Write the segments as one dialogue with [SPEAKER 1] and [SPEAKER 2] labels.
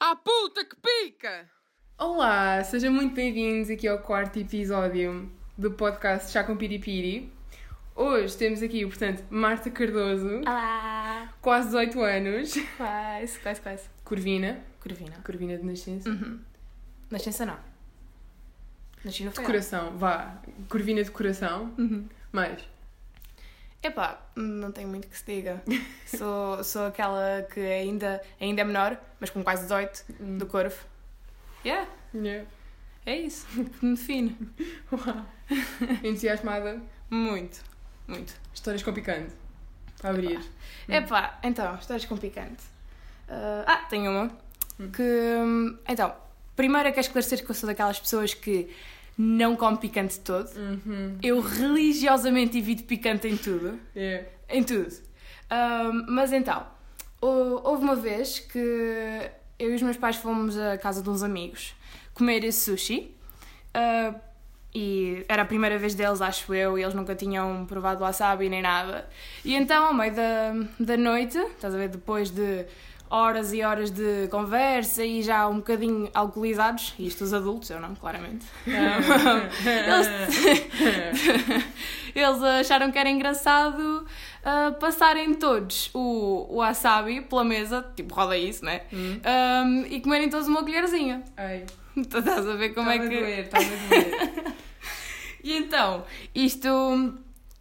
[SPEAKER 1] a puta que pica!
[SPEAKER 2] Olá, sejam muito bem-vindos aqui ao quarto episódio do podcast Chá com Piripiri. Hoje temos aqui, portanto, Marta Cardoso,
[SPEAKER 3] Olá!
[SPEAKER 2] quase 18 anos,
[SPEAKER 3] Quase, quase, quase.
[SPEAKER 2] Corvina,
[SPEAKER 3] Corvina.
[SPEAKER 2] Corvina de nascença,
[SPEAKER 3] Uhum. Nascença não. Nasci no
[SPEAKER 2] de
[SPEAKER 3] ferro.
[SPEAKER 2] coração, vá, Corvina de coração,
[SPEAKER 3] Uhum.
[SPEAKER 2] mais,
[SPEAKER 3] Epá, não tenho muito que se diga. sou, sou aquela que ainda, ainda é menor, mas com quase 18,
[SPEAKER 2] hum,
[SPEAKER 3] do Corvo. Uhum. Yeah,
[SPEAKER 2] yeah.
[SPEAKER 3] é isso. Que me define.
[SPEAKER 2] Uau. entusiasmada,
[SPEAKER 3] Muito, muito.
[SPEAKER 2] histórias com picante, Tá a abrir.
[SPEAKER 3] Epá, então, histórias com picante. Ah, ah, tenho uma. Que. hum, Então, primeiro eu quero esclarecer que eu sou daquelas pessoas que não come picante de todo.
[SPEAKER 2] Uhum.
[SPEAKER 3] Eu religiosamente evito picante em tudo.
[SPEAKER 2] Yeah.
[SPEAKER 3] Em tudo. Ahm, mas então, hou- houve uma vez que eu e os meus pais fomos à casa de uns amigos comer esse sushi. Ah, e era a primeira vez deles, acho eu, e eles nunca tinham provado wasabi nem nada. E então, ao meio da, da noite, estás a ver, depois de horas e horas de conversa e já um bocadinho alcoolizados, isto os adultos, eu não, claramente. Eles, eles acharam que era engraçado ah, passarem todos o, o wasabi pela mesa, tipo, roda isso, né?
[SPEAKER 2] Hum.
[SPEAKER 3] Ahm, e comerem todos uma colherzinha.
[SPEAKER 2] Ai,
[SPEAKER 3] Tu Estás a ver como
[SPEAKER 2] tá
[SPEAKER 3] é que.
[SPEAKER 2] a doer, tá a doer.
[SPEAKER 3] E então, isto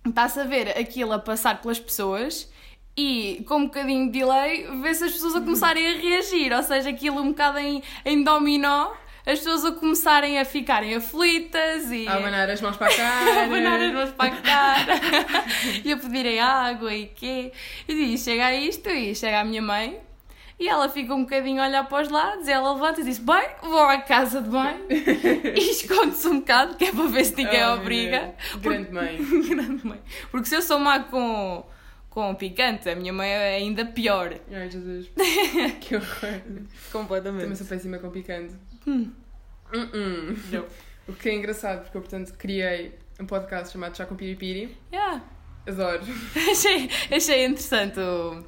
[SPEAKER 3] está-se a ver aquilo a passar pelas pessoas e com um bocadinho de delay vê-se as
[SPEAKER 2] Hum.
[SPEAKER 3] pessoas a começarem a reagir, ou seja, aquilo um bocado em, em dominó, as pessoas a começarem a ficarem aflitas e
[SPEAKER 2] a abanar as mãos para
[SPEAKER 3] a
[SPEAKER 2] cá,
[SPEAKER 3] abanar as mãos para a cara e a pedirem água e quê. E diz, chega a isto e chega a minha mãe. E ela fica um bocadinho a olhar para os lados, e ela levanta e diz: Bem, vou à casa de banho e esconde-se um bocado, que é para ver se ninguém
[SPEAKER 2] Oh,
[SPEAKER 3] a
[SPEAKER 2] meu
[SPEAKER 3] obriga.
[SPEAKER 2] Deus. Grande mãe.
[SPEAKER 3] Grande mãe. Porque se eu sou má com, com picante, a minha mãe é ainda pior.
[SPEAKER 2] Ai, Jesus. que horror. Também
[SPEAKER 3] Completamente.
[SPEAKER 2] sou péssima com picante. Hum, hum. O que é engraçado, porque eu, portanto, criei um podcast chamado Chá com Piripiri.
[SPEAKER 3] Yeah.
[SPEAKER 2] Adoro.
[SPEAKER 3] achei, achei interessante o-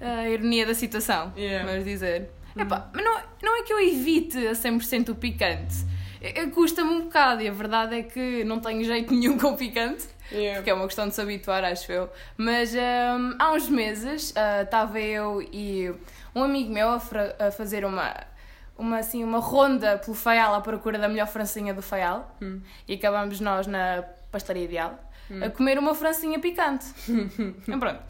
[SPEAKER 3] a ironia da situação,
[SPEAKER 2] Yeah. Hum.
[SPEAKER 3] vamos dizer. Epá, mas não, não é que eu evite a 100% o picante. É- é- Custa-me um bocado e a verdade é que não tenho jeito nenhum com picante, porque é uma questão de se habituar, acho eu. Mas hum, há uns meses ah, estava eu e um amigo meu a, fra- a fazer uma, uma, assim, uma ronda pelo Faial à procura da melhor francinha do Faial
[SPEAKER 2] Hum.
[SPEAKER 3] e acabámos nós na pastelaria ideal a comer uma francinha picante. Mas Pronto.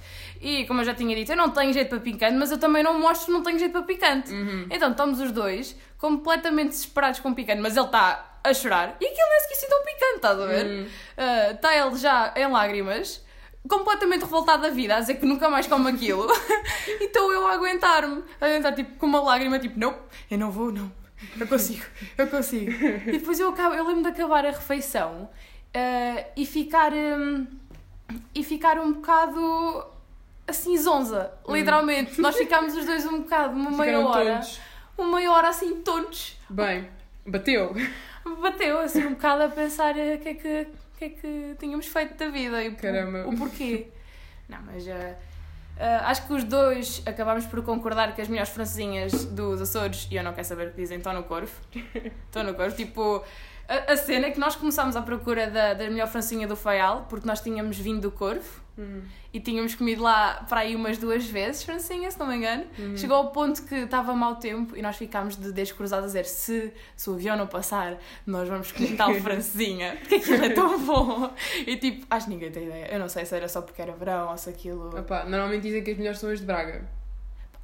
[SPEAKER 3] E como eu já tinha dito, eu não tenho jeito para picante, mas eu também não mostro que não tenho jeito para picante. Então estamos os dois completamente desesperados com picante, mas ele está a chorar e aquilo nem sequer sinta um picante, estás a ver? Ah, Está ele já em lágrimas. Completamente revoltado da vida, a dizer que nunca mais como aquilo. então eu a aguentar-me, a aguentar tipo com uma lágrima, tipo, não, eu não vou, não, eu consigo, eu consigo. e depois eu, acabo, eu lembro de acabar a refeição ah, e ficar. hum, e ficar um bocado assim zonza, literalmente. Nós ficámos os dois um bocado, uma meia
[SPEAKER 2] Ficaram
[SPEAKER 3] hora.
[SPEAKER 2] todos.
[SPEAKER 3] Uma meia hora assim, tontos.
[SPEAKER 2] Bem, bateu.
[SPEAKER 3] Bateu assim um bocado a pensar eh, o que é que, o que, é que tínhamos feito da vida e o-
[SPEAKER 2] Caramba.
[SPEAKER 3] o porquê. Não, mas eh, eh, acho que os dois acabámos por concordar que as melhores francesinhas dos Açores, e eu não quero saber o que dizem, estão no corvo. Estão no corvo, tipo. A, a cena é que nós começámos à procura da, da melhor francinha do Faial, porque nós tínhamos vindo do Corvo, e tínhamos comido lá para aí umas duas vezes, Francinha, se não me engano.
[SPEAKER 2] Uhum.
[SPEAKER 3] Chegou ao ponto que estava mau tempo e nós ficámos de dedos cruzados a dizer: se, se o avião não passar, nós vamos comer tal Francinha, porque aquilo é tão bom. E tipo, acho que ninguém tem ideia. Eu não sei se era só porque era verão ou se aquilo.
[SPEAKER 2] Opa, normalmente dizem que as melhores são as de Braga.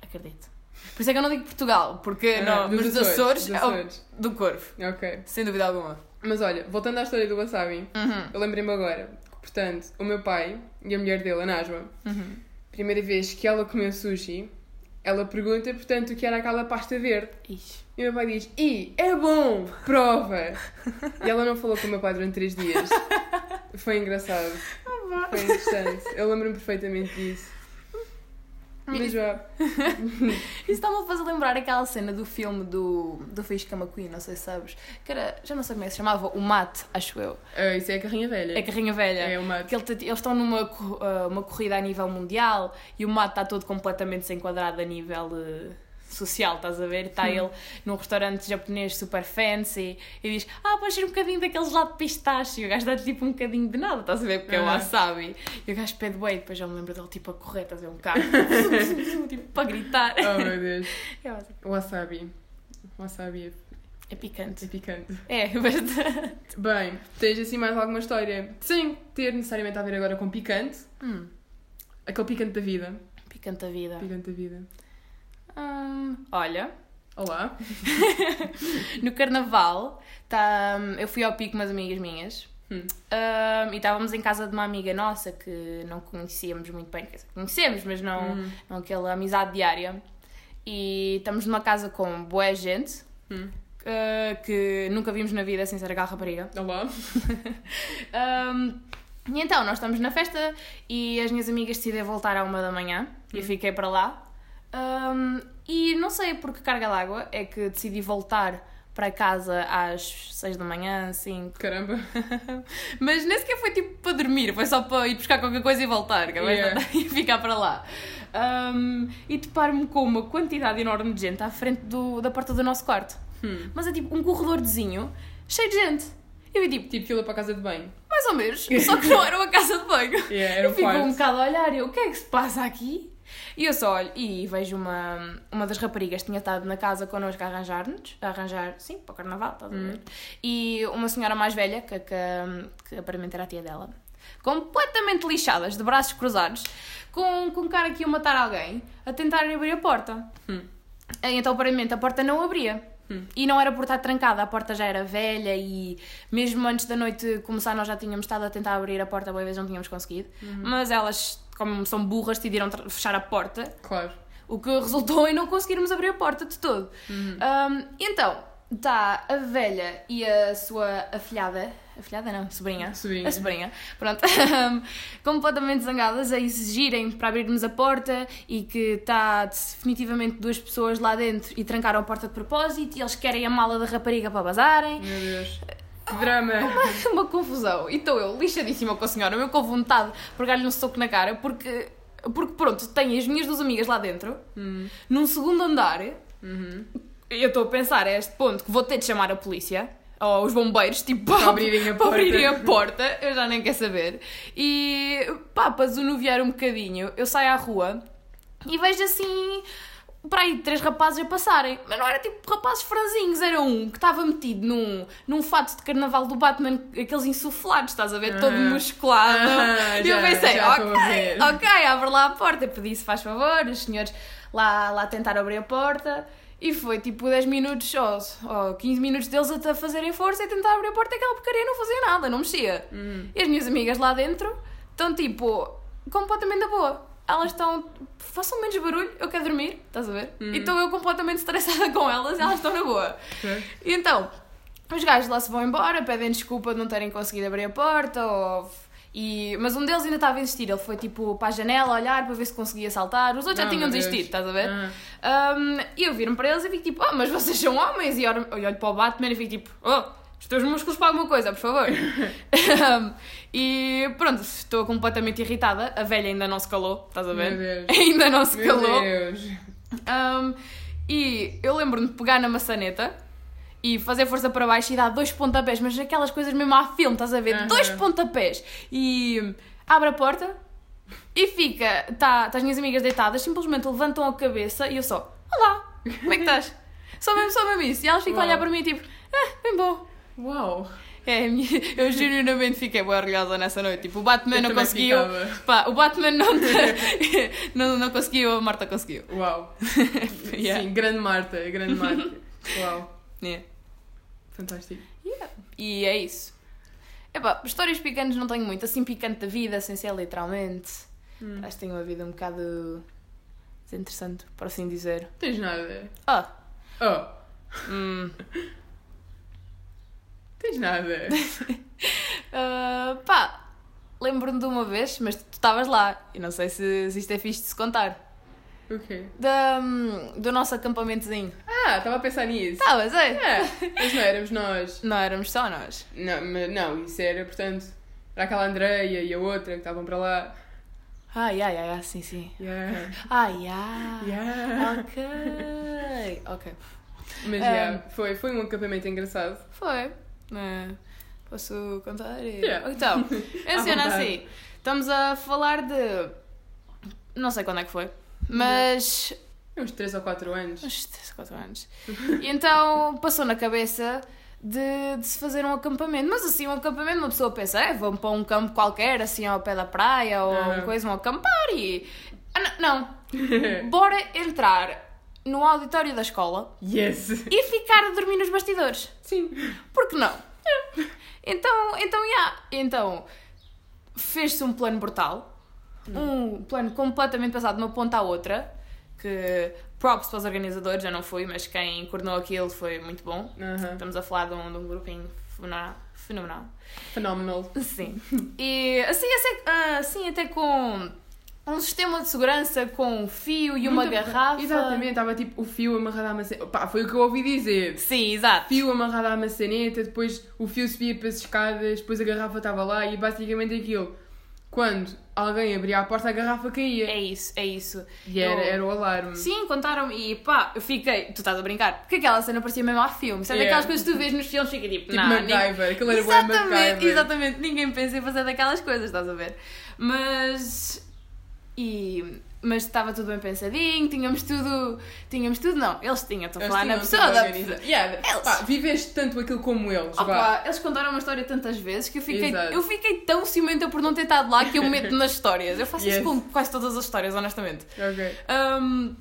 [SPEAKER 3] Acredito. Por isso é que eu não digo Portugal, porque
[SPEAKER 2] Ah,
[SPEAKER 3] É, não,
[SPEAKER 2] dos
[SPEAKER 3] mas dos Açores,
[SPEAKER 2] dos
[SPEAKER 3] é o-
[SPEAKER 2] Açores.
[SPEAKER 3] do Corvo,
[SPEAKER 2] Ok.
[SPEAKER 3] sem dúvida alguma.
[SPEAKER 2] Mas olha, voltando à história do wasabi, eu lembrei-me agora que, portanto, o meu pai e a mulher dele, a Nasma, primeira vez que ela comeu sushi, ela pergunta, portanto, o que era aquela pasta verde.
[SPEAKER 3] Ixi.
[SPEAKER 2] E o meu pai diz: Ih, é bom, prova! e ela não falou com o meu pai durante três dias. Foi engraçado. Foi interessante. Eu lembro-me perfeitamente disso. Mas já.
[SPEAKER 3] Isso está-me a fazer lembrar aquela cena do filme do, do Fisca McQueen, não sei se sabes, que era, já não sei como é que se chamava, o Mate, acho eu.
[SPEAKER 2] Ah, isso é a carrinha velha.
[SPEAKER 3] A carrinha velha.
[SPEAKER 2] É o mate.
[SPEAKER 3] Que ele te- eles estão numa co- ah, uma corrida a nível mundial e o Mate está todo completamente desenquadrado a nível eh, social, estás a ver? Está ele num restaurante japonês super fancy e diz: Ah, pode ser um bocadinho daqueles lá de pistache. E o gajo dá-lhe tipo um bocadinho de nada, estás a ver? Porque é o
[SPEAKER 2] Aham.
[SPEAKER 3] wasabi. E o gajo pede bem, depois já me lembro dele tipo a correr, estás a ver? Um carro, tipo para gritar.
[SPEAKER 2] Oh meu Deus.
[SPEAKER 3] É wasabi.
[SPEAKER 2] Wasabi. Wasabi é-
[SPEAKER 3] É
[SPEAKER 2] é
[SPEAKER 3] picante.
[SPEAKER 2] picante.
[SPEAKER 3] É, bastante.
[SPEAKER 2] Bem, tens assim mais alguma história? Sem ter necessariamente a ver agora com picante.
[SPEAKER 3] Hum,
[SPEAKER 2] Aquele picante da vida.
[SPEAKER 3] picante a vida.
[SPEAKER 2] Picante da vida.
[SPEAKER 3] Hum, olha,
[SPEAKER 2] Olá.
[SPEAKER 3] no carnaval tá, eu fui ao pico com umas amigas minhas.
[SPEAKER 2] Hum.
[SPEAKER 3] Hum, e estávamos em casa de uma amiga nossa que não conhecíamos muito bem, quer dizer, conhecemos, mas não,
[SPEAKER 2] Hum.
[SPEAKER 3] não aquela amizade diária. E estamos numa casa com boa gente
[SPEAKER 2] Hum.
[SPEAKER 3] eh, que nunca vimos na vida sem ser aquela rapariga.
[SPEAKER 2] Olá.
[SPEAKER 3] Hum, e então, nós estamos na festa e as minhas amigas decidem voltar à uma da manhã. e Eu fiquei para lá. Hum, e não sei por que carga d'água é que decidi voltar para casa às 6 da manhã, 5.
[SPEAKER 2] Caramba.
[SPEAKER 3] Mas nem sequer foi tipo para dormir, foi só para ir buscar qualquer coisa e voltar, que a
[SPEAKER 2] Yeah.
[SPEAKER 3] merda e ficar para lá. Hum, e deparo-me com uma quantidade enorme de gente à frente do- da porta do nosso quarto.
[SPEAKER 2] Hum.
[SPEAKER 3] Mas é tipo um corredorzinho cheio de gente. E eu vi tipo,
[SPEAKER 2] Tipo fila para a casa de banho.
[SPEAKER 3] mais ou menos, só que não era uma casa de banho.
[SPEAKER 2] Yeah, era
[SPEAKER 3] eu
[SPEAKER 2] um
[SPEAKER 3] fico
[SPEAKER 2] quarto.
[SPEAKER 3] um bocado a olhar, eu, o que é que se passa aqui? E eu só olho e vejo uma, uma das raparigas que tinha estado na casa connosco a arranjar-nos, a arranjar, sim, para o carnaval, estás a ver?
[SPEAKER 2] Hum.
[SPEAKER 3] E uma senhora mais velha, que, que, que aparentemente era a tia dela, completamente lixadas, de braços cruzados, com, com cara que ia matar alguém, a tentarem abrir a porta.
[SPEAKER 2] Hum.
[SPEAKER 3] E Então, aparentemente, a porta não abria. E não era por estar trancada, a porta já era velha e mesmo antes da noite começar nós já tínhamos estado a tentar abrir a porta, boa vez não tínhamos conseguido. Mas elas, como são burras, decidiram tra- fechar a porta,
[SPEAKER 2] Claro.
[SPEAKER 3] o que resultou em não conseguirmos abrir a porta de todo. Ahm, então, está a velha e a sua afilhada, afilhada não, sobrinha,
[SPEAKER 2] Sobrinha.
[SPEAKER 3] a sobrinha, pronto, completamente zangadas a exigirem para abrirmos a porta e que está definitivamente duas pessoas lá dentro e trancaram a porta de propósito e eles querem a mala da rapariga para bazarem.
[SPEAKER 2] Meu Deus. Que drama.
[SPEAKER 3] Uma confusão. E estou eu, lixadíssima com a senhora, eu com vontade de pegar-lhe um soco na cara, porque, porque pronto, tenho as minhas duas amigas lá dentro,
[SPEAKER 2] Hum.
[SPEAKER 3] num segundo andar, eu estou a pensar a este ponto que vou ter de chamar a polícia. Ou os bombeiros, tipo, para
[SPEAKER 2] abrirem a
[SPEAKER 3] para
[SPEAKER 2] porta.
[SPEAKER 3] abrirem a porta, eu já nem quero saber. E pá, para desunuviar um bocadinho, eu saio à rua e vejo assim para aí três rapazes a passarem. Mas não era tipo rapazes franzinhos, era um que estava metido num, num fato de carnaval do Batman, aqueles insuflados, estás a ver? Todo
[SPEAKER 2] Ah.
[SPEAKER 3] musculado.
[SPEAKER 2] Ah,
[SPEAKER 3] e eu
[SPEAKER 2] já-
[SPEAKER 3] pensei,
[SPEAKER 2] já estou a
[SPEAKER 3] ok,
[SPEAKER 2] ver."
[SPEAKER 3] ok, abre lá a porta. Eu pedi se faz favor, os senhores lá, lá tentaram abrir a porta. E foi tipo 10 minutos ou, ou 15 minutos deles a fazerem força e tentar abrir a porta. Aquela porcaria não fazia nada, não mexia.
[SPEAKER 2] Hum.
[SPEAKER 3] E as minhas amigas lá dentro estão tipo completamente da boa. Elas estão. Façam menos barulho, eu quero dormir, estás a ver?
[SPEAKER 2] Hum.
[SPEAKER 3] E estou eu completamente estressada com elas e elas estão na boa.
[SPEAKER 2] Ok.
[SPEAKER 3] E então, os gajos lá se vão embora, pedem desculpa de não terem conseguido abrir a porta ou- E... Mas um deles ainda estava a insistir, ele foi tipo para a janela olhar para ver se conseguia saltar. Os outros já
[SPEAKER 2] Oh,
[SPEAKER 3] tinham
[SPEAKER 2] meu Deus.
[SPEAKER 3] desistido, estás a ver?
[SPEAKER 2] Ah.
[SPEAKER 3] Um, e eu viro-me para eles e fico tipo, ah, mas vocês são homens. E olho, eu olho para o Batman e fico tipo, oh, os teus músculos para alguma coisa, por favor. Um, e pronto, estou completamente irritada. A velha ainda não se calou, estás a ver?
[SPEAKER 2] Meu Deus.
[SPEAKER 3] Ainda não se
[SPEAKER 2] Meu
[SPEAKER 3] calou.
[SPEAKER 2] Deus.
[SPEAKER 3] Um, e eu lembro-me de pegar na maçaneta e fazer força para baixo e dar dois pontapés, mas aquelas coisas mesmo a filme, estás a ver?
[SPEAKER 2] Aham.
[SPEAKER 3] Dois pontapés! E abre a porta e fica, tá, tá as minhas amigas deitadas, simplesmente levantam a cabeça e eu só, olá, como é que estás? só mesmo, só mesmo isso. E elas ficam a olhar
[SPEAKER 2] Uau.
[SPEAKER 3] para mim tipo, ah, bem bom.
[SPEAKER 2] Uau.
[SPEAKER 3] É, a minha- eu genuinamente fiquei bem orgulhosa nessa noite. Tipo, o Batman
[SPEAKER 2] Eu
[SPEAKER 3] não
[SPEAKER 2] também
[SPEAKER 3] conseguiu.
[SPEAKER 2] ficava.
[SPEAKER 3] Pá, o Batman não, não, não conseguiu, a Marta conseguiu.
[SPEAKER 2] Uau.
[SPEAKER 3] Yeah.
[SPEAKER 2] Sim, grande Marta. Grande Marta. Uau.
[SPEAKER 3] Yeah.
[SPEAKER 2] Fantástico.
[SPEAKER 3] E é isso. Epá, histórias picantes não tenho muito, assim picante da vida, sem ser literalmente.
[SPEAKER 2] Hum.
[SPEAKER 3] Acho que tenho uma vida um bocado desinteressante, por assim dizer.
[SPEAKER 2] Tens nada.
[SPEAKER 3] Ah!
[SPEAKER 2] Oh.
[SPEAKER 3] hum,
[SPEAKER 2] Tens nada.
[SPEAKER 3] ah, pá! Lembro-me de uma vez, mas tu estavas lá, e não sei se, se isto é fixe de se contar.
[SPEAKER 2] O quê?
[SPEAKER 3] Da, hum, do nosso acampamentozinho.
[SPEAKER 2] Ah, estava a pensar nisso.
[SPEAKER 3] Estavas, é?
[SPEAKER 2] É, mas não éramos nós.
[SPEAKER 3] Não éramos só nós.
[SPEAKER 2] Não, mas, não, isso era, portanto, era aquela Andreia e a outra que estavam para lá.
[SPEAKER 3] Ai, ai, ai, sim, sim.
[SPEAKER 2] Yeah.
[SPEAKER 3] Ai, ai.
[SPEAKER 2] Yeah.
[SPEAKER 3] Ok. Ok.
[SPEAKER 2] Mas
[SPEAKER 3] Um,
[SPEAKER 2] yeah, foi, foi um acampamento engraçado.
[SPEAKER 3] Foi. Eh, posso contar?
[SPEAKER 2] Yeah.
[SPEAKER 3] Então, é
[SPEAKER 2] À
[SPEAKER 3] cena
[SPEAKER 2] vontade.
[SPEAKER 3] assim. Estamos a falar de. Não sei quando é que foi, mas.
[SPEAKER 2] Uns 3 ou 4 anos.
[SPEAKER 3] uns 3, 4 anos. E então passou na cabeça de, de se fazer um acampamento. Mas assim, um acampamento, uma pessoa pensa, é, vamos para um campo qualquer, assim, ao pé da praia ou
[SPEAKER 2] Aham.
[SPEAKER 3] uma coisa, vão acampar e. Ah, n- não! Bora entrar no auditório da escola
[SPEAKER 2] Yes!
[SPEAKER 3] e ficar a dormir nos bastidores.
[SPEAKER 2] Sim.
[SPEAKER 3] Por que não? Então, então, já. Então, fez-se um plano brutal. Um plano completamente passado de uma ponta à outra. Que, props para os organizadores, eu não fui, mas quem coordenou aquilo foi muito bom.
[SPEAKER 2] Aham.
[SPEAKER 3] Estamos a falar de um, de um grupinho fenomenal. fenomenal.
[SPEAKER 2] Phenomenal.
[SPEAKER 3] Sim. E assim, assim, ah, assim, até com um sistema de segurança, com um fio e uma
[SPEAKER 2] Muito-
[SPEAKER 3] garrafa.
[SPEAKER 2] Exatamente, estava tipo o fio amarrado à maçaneta. Pá, foi o que eu ouvi dizer.
[SPEAKER 3] Sim, exato.
[SPEAKER 2] Fio amarrado à maçaneta, depois o fio subia para as escadas, depois a garrafa estava lá e basicamente aquilo. Quando alguém abria a porta, a garrafa caía.
[SPEAKER 3] É isso, é isso.
[SPEAKER 2] E era,
[SPEAKER 3] Eu-
[SPEAKER 2] era o alarme.
[SPEAKER 3] Sim, contaram e pá, eu fiquei. Tu estás a brincar? Porque aquela cena parecia mesmo a filme. Sabe
[SPEAKER 2] Yeah.
[SPEAKER 3] aquelas coisas que tu vês nos filmes fica tipo,
[SPEAKER 2] Tipo
[SPEAKER 3] não, ninguém...
[SPEAKER 2] MacGyver, aquilo era bué
[SPEAKER 3] Exatamente,
[SPEAKER 2] MacGyver.
[SPEAKER 3] exatamente. Ninguém pensa em fazer daquelas coisas, estás a ver? Mas. E. Mas estava tudo bem pensadinho, tínhamos tudo. Tínhamos tudo, não. Eles tinham, estou a
[SPEAKER 2] Eles
[SPEAKER 3] falar na
[SPEAKER 2] tinham
[SPEAKER 3] pessoa
[SPEAKER 2] tudo
[SPEAKER 3] da
[SPEAKER 2] organizado.
[SPEAKER 3] pessoa.
[SPEAKER 2] assim, tipo, Yeah,
[SPEAKER 3] Eles.
[SPEAKER 2] pá, viveste tanto aquilo como eles.
[SPEAKER 3] Opa,
[SPEAKER 2] vá.
[SPEAKER 3] eles contaram uma história tantas vezes que eu fiquei,
[SPEAKER 2] Exato.
[SPEAKER 3] eu fiquei tão ciumenta por não ter estado lá que eu me meto nas histórias. Eu faço
[SPEAKER 2] Yes.
[SPEAKER 3] isso com quase todas as histórias, honestamente.
[SPEAKER 2] Ok.
[SPEAKER 3] Hum,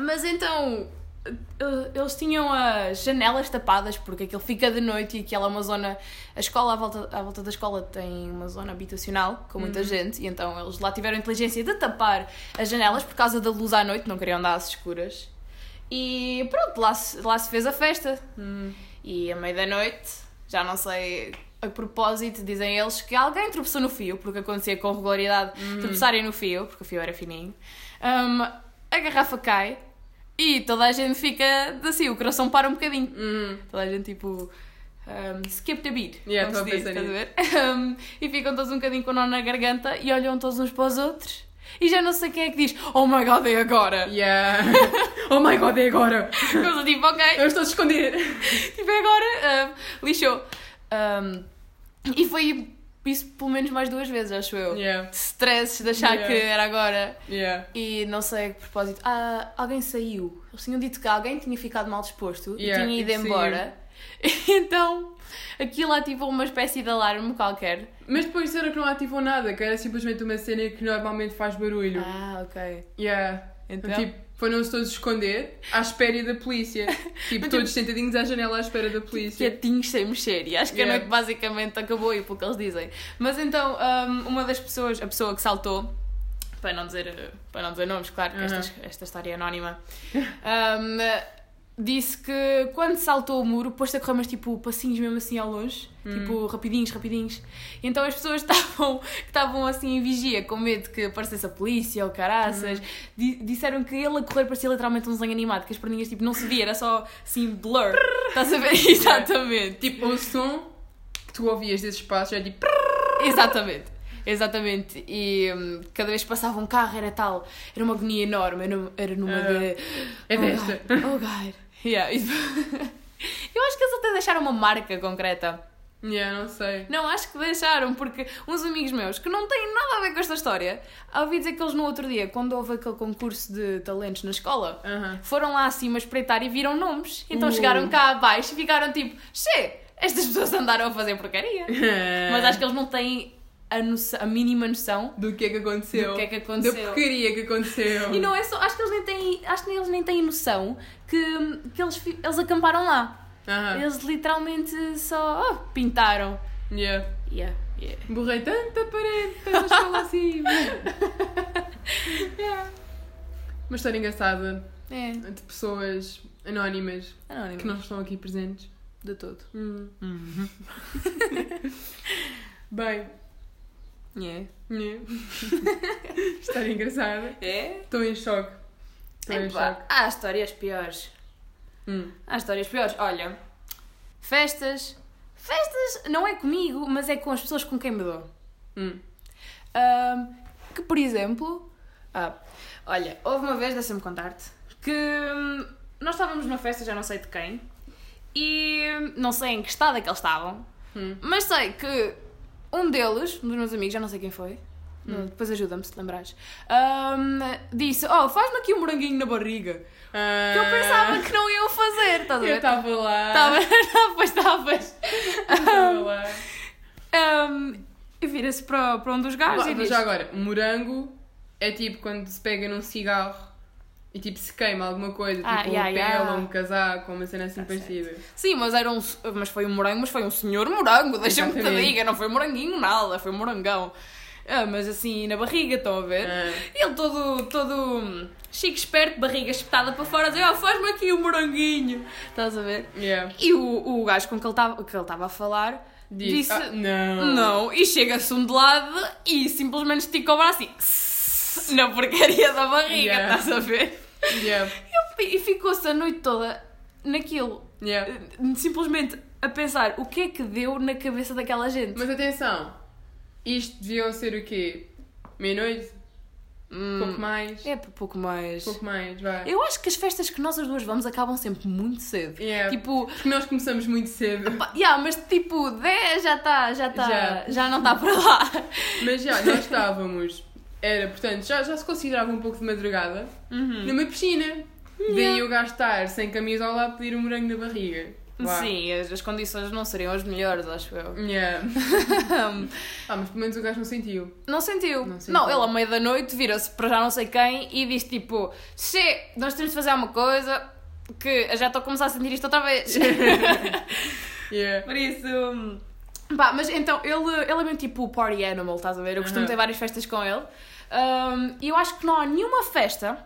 [SPEAKER 3] mas então. eh, Eles tinham as janelas tapadas porque aquilo fica de noite e aquela é uma zona. A escola, à volta, à volta da escola, tem uma zona habitacional com muita gente e então eles lá tiveram a inteligência de tapar as janelas por causa da luz à noite, não queriam dar às escuras. E pronto, lá se, lá se fez a festa.
[SPEAKER 2] Hum,
[SPEAKER 3] E à meia-noite, já não sei a propósito, dizem eles que alguém tropeçou no fio, porque acontecia com regularidade
[SPEAKER 2] Hum.
[SPEAKER 3] tropeçarem no fio, porque o fio era fininho. Hum, a garrafa cai e toda a gente fica assim, o coração para um bocadinho.
[SPEAKER 2] Hum.
[SPEAKER 3] Toda a gente tipo. hum, skip the beat,
[SPEAKER 2] Yeah,
[SPEAKER 3] como se diz,
[SPEAKER 2] estava a
[SPEAKER 3] estás a ver? Hum, e ficam todos um bocadinho com o nó na garganta e olham todos uns para os outros. E já não sei quem é que diz, oh my god, é agora!
[SPEAKER 2] Yeah. oh my god, é agora!
[SPEAKER 3] Eu sou tipo, ok,
[SPEAKER 2] Eu estou a esconder!
[SPEAKER 3] Tipo, agora ah, lixou. Ahm, e foi isso pelo menos mais duas vezes, acho eu.
[SPEAKER 2] Yeah.
[SPEAKER 3] Stresses de achar
[SPEAKER 2] Yeah.
[SPEAKER 3] que era agora.
[SPEAKER 2] Yeah.
[SPEAKER 3] E não sei a que propósito. Ah, alguém saiu. Eles tinham dito que alguém tinha ficado mal disposto
[SPEAKER 2] Yeah,
[SPEAKER 3] e tinha ido
[SPEAKER 2] e que saiu.
[SPEAKER 3] embora. Então aquilo ativou uma espécie de alarme qualquer.
[SPEAKER 2] Mas depois disseram que não ativou nada, que era simplesmente uma cena que normalmente faz barulho.
[SPEAKER 3] Ah, ok.
[SPEAKER 2] Yeah.
[SPEAKER 3] Então?
[SPEAKER 2] Tipo, foram-se todos esconder à espera da polícia. Tipo, todos sentadinhos à janela à espera da polícia.
[SPEAKER 3] quietinhos é sem mexer. E acho que
[SPEAKER 2] Yeah.
[SPEAKER 3] a noite basicamente acabou aí, pelo que eles dizem. Mas então, hum, uma das pessoas, a pessoa que saltou, para não dizer, eh, para não dizer nomes, claro, que estas- esta, história é anónima, hum, disse que quando saltou o muro, pôs-se a correr, mas tipo, passinhos mesmo assim ao longe, tipo, rapidinhos, rapidinhos. E então as pessoas estavam, que estavam assim em vigia, com medo que aparecesse a polícia ou caraças, di- disseram que ele a correr parecia literalmente um desenho animado, que as perninhas tipo, não se via, era só assim, blur. Estás a ver? Exatamente.
[SPEAKER 2] Tipo, o som que tu ouvias desses passos é tipo.
[SPEAKER 3] Exatamente. Exatamente, e hum, cada vez que passava um carro era tal, era uma agonia enorme, era, num- era numa
[SPEAKER 2] Ah,
[SPEAKER 3] de.
[SPEAKER 2] é
[SPEAKER 3] oh
[SPEAKER 2] desta."
[SPEAKER 3] God, oh God. Yeah. e- Eu acho que eles até deixaram uma marca concreta.
[SPEAKER 2] Yeah, não sei.
[SPEAKER 3] Não, acho que deixaram, porque uns amigos meus que não têm nada a ver com esta história, ouvi dizer que eles no outro dia, quando houve aquele concurso de talentos na escola,
[SPEAKER 2] Aham.
[SPEAKER 3] foram lá acima espreitar e viram nomes. Então
[SPEAKER 2] Uh.
[SPEAKER 3] chegaram cá abaixo e ficaram tipo: Xê, estas pessoas andaram a fazer porcaria. Mas acho que eles não têm a, noção- a mínima noção.
[SPEAKER 2] Do que é que aconteceu?
[SPEAKER 3] Do que é que aconteceu.
[SPEAKER 2] Da porcaria que aconteceu.
[SPEAKER 3] E não é só. Acho que eles nem têm, acho que eles nem têm noção que, que eles, fi- eles acamparam lá.
[SPEAKER 2] Aham.
[SPEAKER 3] Eles literalmente só oh, pintaram.
[SPEAKER 2] Yeah.
[SPEAKER 3] Yeah, yeah.
[SPEAKER 2] Borrei tanta parede, tanta escola assim. Uma história engraçada
[SPEAKER 3] É,
[SPEAKER 2] de pessoas anónimas
[SPEAKER 3] anónimo.
[SPEAKER 2] que não estão aqui presentes.
[SPEAKER 3] De todo.
[SPEAKER 2] Hum. Bem,
[SPEAKER 3] Yeah.
[SPEAKER 2] né? história engraçada.
[SPEAKER 3] É?
[SPEAKER 2] Estou em choque. Estou em choque.
[SPEAKER 3] Epá, há histórias piores.
[SPEAKER 2] Hum.
[SPEAKER 3] Há histórias piores. Olha, festas. Festas não é comigo, mas é com as pessoas com quem me dou.
[SPEAKER 2] Hum.
[SPEAKER 3] Ahm, Que, por exemplo. Ah, olha, houve uma vez, deixa-me contar-te, que hum, nós estávamos numa festa, já não sei de quem, e hum, não sei em que estado é que eles estavam,
[SPEAKER 2] Hum.
[SPEAKER 3] mas sei que um deles, um dos meus amigos, já não sei quem foi,
[SPEAKER 2] Hum.
[SPEAKER 3] não, depois ajuda-me se te lembrares, hum, disse: Oh, faz-me aqui um moranguinho na barriga. Que eu pensava que não iam fazer, estás a
[SPEAKER 2] Ah, Eu
[SPEAKER 3] ver?
[SPEAKER 2] estava lá.
[SPEAKER 3] Estava, pois estavas.
[SPEAKER 2] Estava lá.
[SPEAKER 3] Hum, e vira-se para, para um dos gajos
[SPEAKER 2] Bah,
[SPEAKER 3] e
[SPEAKER 2] mas
[SPEAKER 3] diz:
[SPEAKER 2] já agora, morango é tipo quando se pega num cigarro e tipo se queima alguma coisa,
[SPEAKER 3] Ah,
[SPEAKER 2] tipo
[SPEAKER 3] yeah,
[SPEAKER 2] uma pele
[SPEAKER 3] yeah.
[SPEAKER 2] ou um casaco, uma cena assim
[SPEAKER 3] Tá certo.
[SPEAKER 2] parecida.
[SPEAKER 3] Sim, mas era um. Mas foi um morango, mas foi um senhor morango, deixa-me que te
[SPEAKER 2] Exatamente.
[SPEAKER 3] diga, não foi moranguinho nada, foi um morangão. Ah, mas assim, na barriga, estão a ver?
[SPEAKER 2] Ah.
[SPEAKER 3] Ele todo, todo hum, chique esperto, barriga espetada para fora, a dizer, oh, faz-me aqui um moranguinho. Estás a ver?
[SPEAKER 2] Yeah.
[SPEAKER 3] E o, o gajo com que ele estava- que ele estava a falar
[SPEAKER 2] Diz,
[SPEAKER 3] disse,
[SPEAKER 2] "Ah, não.
[SPEAKER 3] não, e chega-se um de lado e simplesmente estica o braço assim, na porcaria da barriga,
[SPEAKER 2] Yeah.
[SPEAKER 3] estás a ver?
[SPEAKER 2] Yeah.
[SPEAKER 3] E eu fi- E ficou-se a noite toda naquilo
[SPEAKER 2] Yeah.
[SPEAKER 3] simplesmente a pensar o que é que deu na cabeça daquela gente.
[SPEAKER 2] Mas atenção, isto deviam ser o quê? Meia-noite? Pouco mais?
[SPEAKER 3] É por pouco mais.
[SPEAKER 2] Pouco mais, vá.
[SPEAKER 3] Eu acho que as festas que nós as duas vamos acabam sempre muito cedo.
[SPEAKER 2] Yeah.
[SPEAKER 3] Tipo,
[SPEAKER 2] Porque nós começamos muito cedo.
[SPEAKER 3] pá, yeah, mas tipo 10 já está, já está, já.
[SPEAKER 2] Já.
[SPEAKER 3] não está para lá.
[SPEAKER 2] Mas já, nós estávamos. Era, portanto, já, já se considerava um pouco de madrugada
[SPEAKER 3] Uhum.
[SPEAKER 2] numa piscina. Daí eu gastar sem camisa ao lado pedir um morango na barriga. Vá.
[SPEAKER 3] Sim, as, as condições não seriam as melhores, acho
[SPEAKER 2] Uhum.
[SPEAKER 3] eu. Hum,
[SPEAKER 2] Yeah. Ah, mas pelo menos o gajo não sentiu.
[SPEAKER 3] Não sentiu. Não,
[SPEAKER 2] Não sentiu.
[SPEAKER 3] ele à meia da noite vira-se para já não sei quem e diz tipo: Che, nós temos de fazer alguma coisa que eu já estou a começar a sentir isto outra vez.
[SPEAKER 2] Yeah.
[SPEAKER 3] Por isso. hum, Pá, mas então ele, ele é mesmo tipo o party animal, estás a ver? Eu costumo
[SPEAKER 2] Aham.
[SPEAKER 3] ter várias festas com ele. Hum, E eu acho que não há nenhuma festa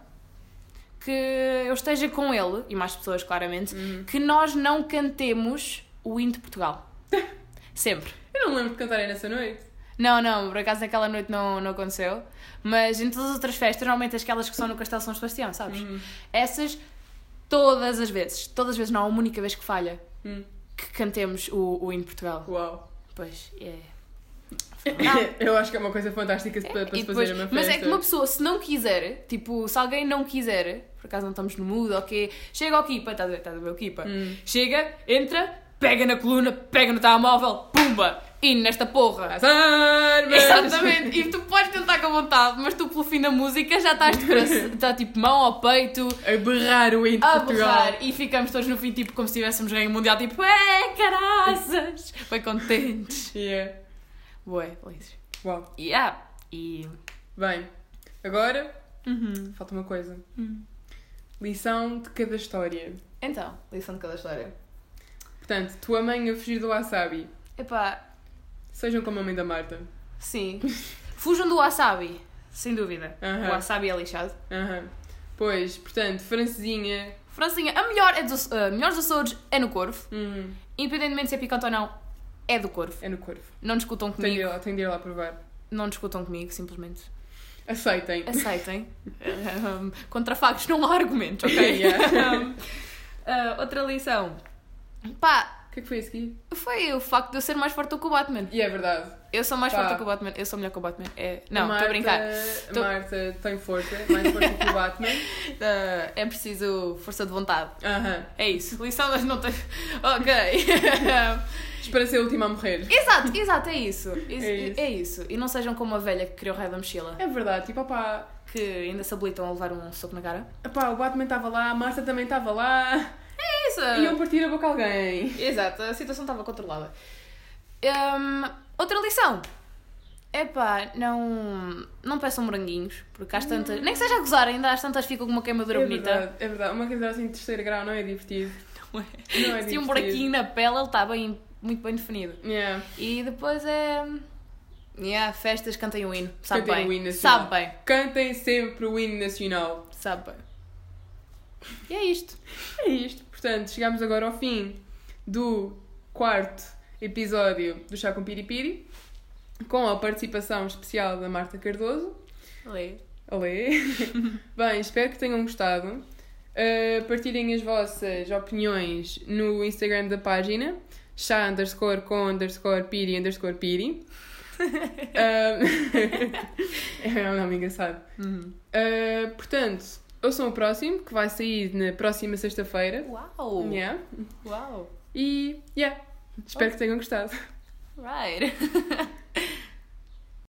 [SPEAKER 3] que eu esteja com ele, e mais pessoas claramente, que nós não cantemos o hino de Portugal. Sempre.
[SPEAKER 2] Eu não lembro de cantarem nessa noite.
[SPEAKER 3] Não, não, por acaso naquela noite não, não aconteceu. Mas em todas as outras festas, normalmente aquelas que são no Castelo São Sebastião, sabes? Essas, todas as vezes, todas as vezes, não há uma única vez que falha
[SPEAKER 2] Hum.
[SPEAKER 3] que cantemos o, o hino de Portugal.
[SPEAKER 2] Uau.
[SPEAKER 3] Pois é.
[SPEAKER 2] Eu acho que é uma coisa fantástica se- para, para
[SPEAKER 3] Ah. E
[SPEAKER 2] se
[SPEAKER 3] depois-
[SPEAKER 2] fazer uma festa.
[SPEAKER 3] mas é que uma pessoa, se não quiser, tipo, se alguém não quiser, por acaso não estamos no mood, ok, chega ao Kipa, estás a ver, estás a ver o Kipa?
[SPEAKER 2] Hum.
[SPEAKER 3] Chega, entra, pega na coluna, pega no telemóvel, pumba! E nesta
[SPEAKER 2] Ah,
[SPEAKER 3] porra!
[SPEAKER 2] Passar, mas-
[SPEAKER 3] Exatamente, e tu podes tentar com vontade, mas tu pelo fim da música já estás de coração, está tipo mão ao peito,
[SPEAKER 2] A berrar o hino de
[SPEAKER 3] a
[SPEAKER 2] Portugal.
[SPEAKER 3] borrar, e ficamos todos no fim tipo como se tivéssemos ganho o mundial, tipo, é caraças! Foi contentes.
[SPEAKER 2] Yeah.
[SPEAKER 3] Bué, felizes.
[SPEAKER 2] Uau.
[SPEAKER 3] Yeah, e.
[SPEAKER 2] Bem, agora falta uma coisa.
[SPEAKER 3] Hum.
[SPEAKER 2] Lição de cada história.
[SPEAKER 3] Então, lição de cada história.
[SPEAKER 2] Portanto, tua mãe a fugir do wasabi.
[SPEAKER 3] Epá,
[SPEAKER 2] Sejam como a mãe da Marta.
[SPEAKER 3] sim. Fujam do wasabi, sem dúvida.
[SPEAKER 2] Aham.
[SPEAKER 3] O wasabi é lixado.
[SPEAKER 2] Aham. Pois, portanto, Francesinha.
[SPEAKER 3] Francinha, a melhor, é dos, a melhor dos Açores é no Corvo.
[SPEAKER 2] hum,
[SPEAKER 3] Independentemente se é picante ou não, é do Corvo.
[SPEAKER 2] é no corvo.
[SPEAKER 3] Não discutam
[SPEAKER 2] Tenho de, ir
[SPEAKER 3] comigo.
[SPEAKER 2] lá, tenho de ir lá provar.
[SPEAKER 3] Não discutam comigo, simplesmente.
[SPEAKER 2] Aceitem.
[SPEAKER 3] Aceitem. Um, contra factos não há argumentos, ok?
[SPEAKER 2] Yeah.
[SPEAKER 3] Um, uh, outra lição. Pá,
[SPEAKER 2] O que é que foi isso aqui?
[SPEAKER 3] foi o facto de eu ser mais forte do que o Batman.
[SPEAKER 2] E é verdade.
[SPEAKER 3] Eu sou mais
[SPEAKER 2] Pá.
[SPEAKER 3] forte do que o Batman. Eu sou melhor que o Batman. É...
[SPEAKER 2] A
[SPEAKER 3] Não, estou
[SPEAKER 2] Marta-
[SPEAKER 3] a brincar.
[SPEAKER 2] A
[SPEAKER 3] Tô-
[SPEAKER 2] Marta tem força, mais força que o Batman.
[SPEAKER 3] Uh, é preciso força de vontade.
[SPEAKER 2] Aham.
[SPEAKER 3] É isso. Lição das não tem. Ok.
[SPEAKER 2] Espera ser a última a morrer.
[SPEAKER 3] exato, exato, é isso. Is-
[SPEAKER 2] É isso.
[SPEAKER 3] é isso. E não sejam como a velha que criou o raio da mochila,
[SPEAKER 2] É verdade, tipo, opá,
[SPEAKER 3] que ainda se habilitam a levar um soco na cara.
[SPEAKER 2] opá, o Batman estava lá, a Marta também estava lá.
[SPEAKER 3] É isso.
[SPEAKER 2] Iam partir a boca a alguém.
[SPEAKER 3] Exato, a situação estava controlada. Hum, outra lição. Epá, não, não peçam moranguinhos, porque às tantas. Nem que seja a gozar, ainda às tantas fica com uma queimadura
[SPEAKER 2] é
[SPEAKER 3] bonita.
[SPEAKER 2] Verdade, é verdade. Uma queimadura assim de terceiro grau não é divertido.
[SPEAKER 3] Não é?
[SPEAKER 2] Não é
[SPEAKER 3] Se tinha um
[SPEAKER 2] divertido.
[SPEAKER 3] buraquinho na pele, ele está bem, muito bem definido.
[SPEAKER 2] Yeah.
[SPEAKER 3] E depois é. Yeah, festas, cantem o hino. Sabe
[SPEAKER 2] Cantem
[SPEAKER 3] bem.
[SPEAKER 2] o hino nacional.
[SPEAKER 3] sabe bem.
[SPEAKER 2] Cantem sempre o hino nacional.
[SPEAKER 3] Sabe bem. E é isto.
[SPEAKER 2] É isto. Portanto, chegamos agora ao fim do quarto episódio do Chá com Piripiri, com a participação especial da Marta Cardoso.
[SPEAKER 3] Lê.
[SPEAKER 2] Olê! Bem, espero que tenham gostado. Uh, partilhem as vossas opiniões no Instagram da página, chá underscore com underscore piri underscore piri. Um, é um nome engraçado.
[SPEAKER 3] Uhum.
[SPEAKER 2] Uh, portanto, ouçam o próximo, que vai sair na próxima sexta-feira.
[SPEAKER 3] Uau!
[SPEAKER 2] Yeah.
[SPEAKER 3] Uau!
[SPEAKER 2] E, yeah, espero que tenham gostado.
[SPEAKER 3] Right!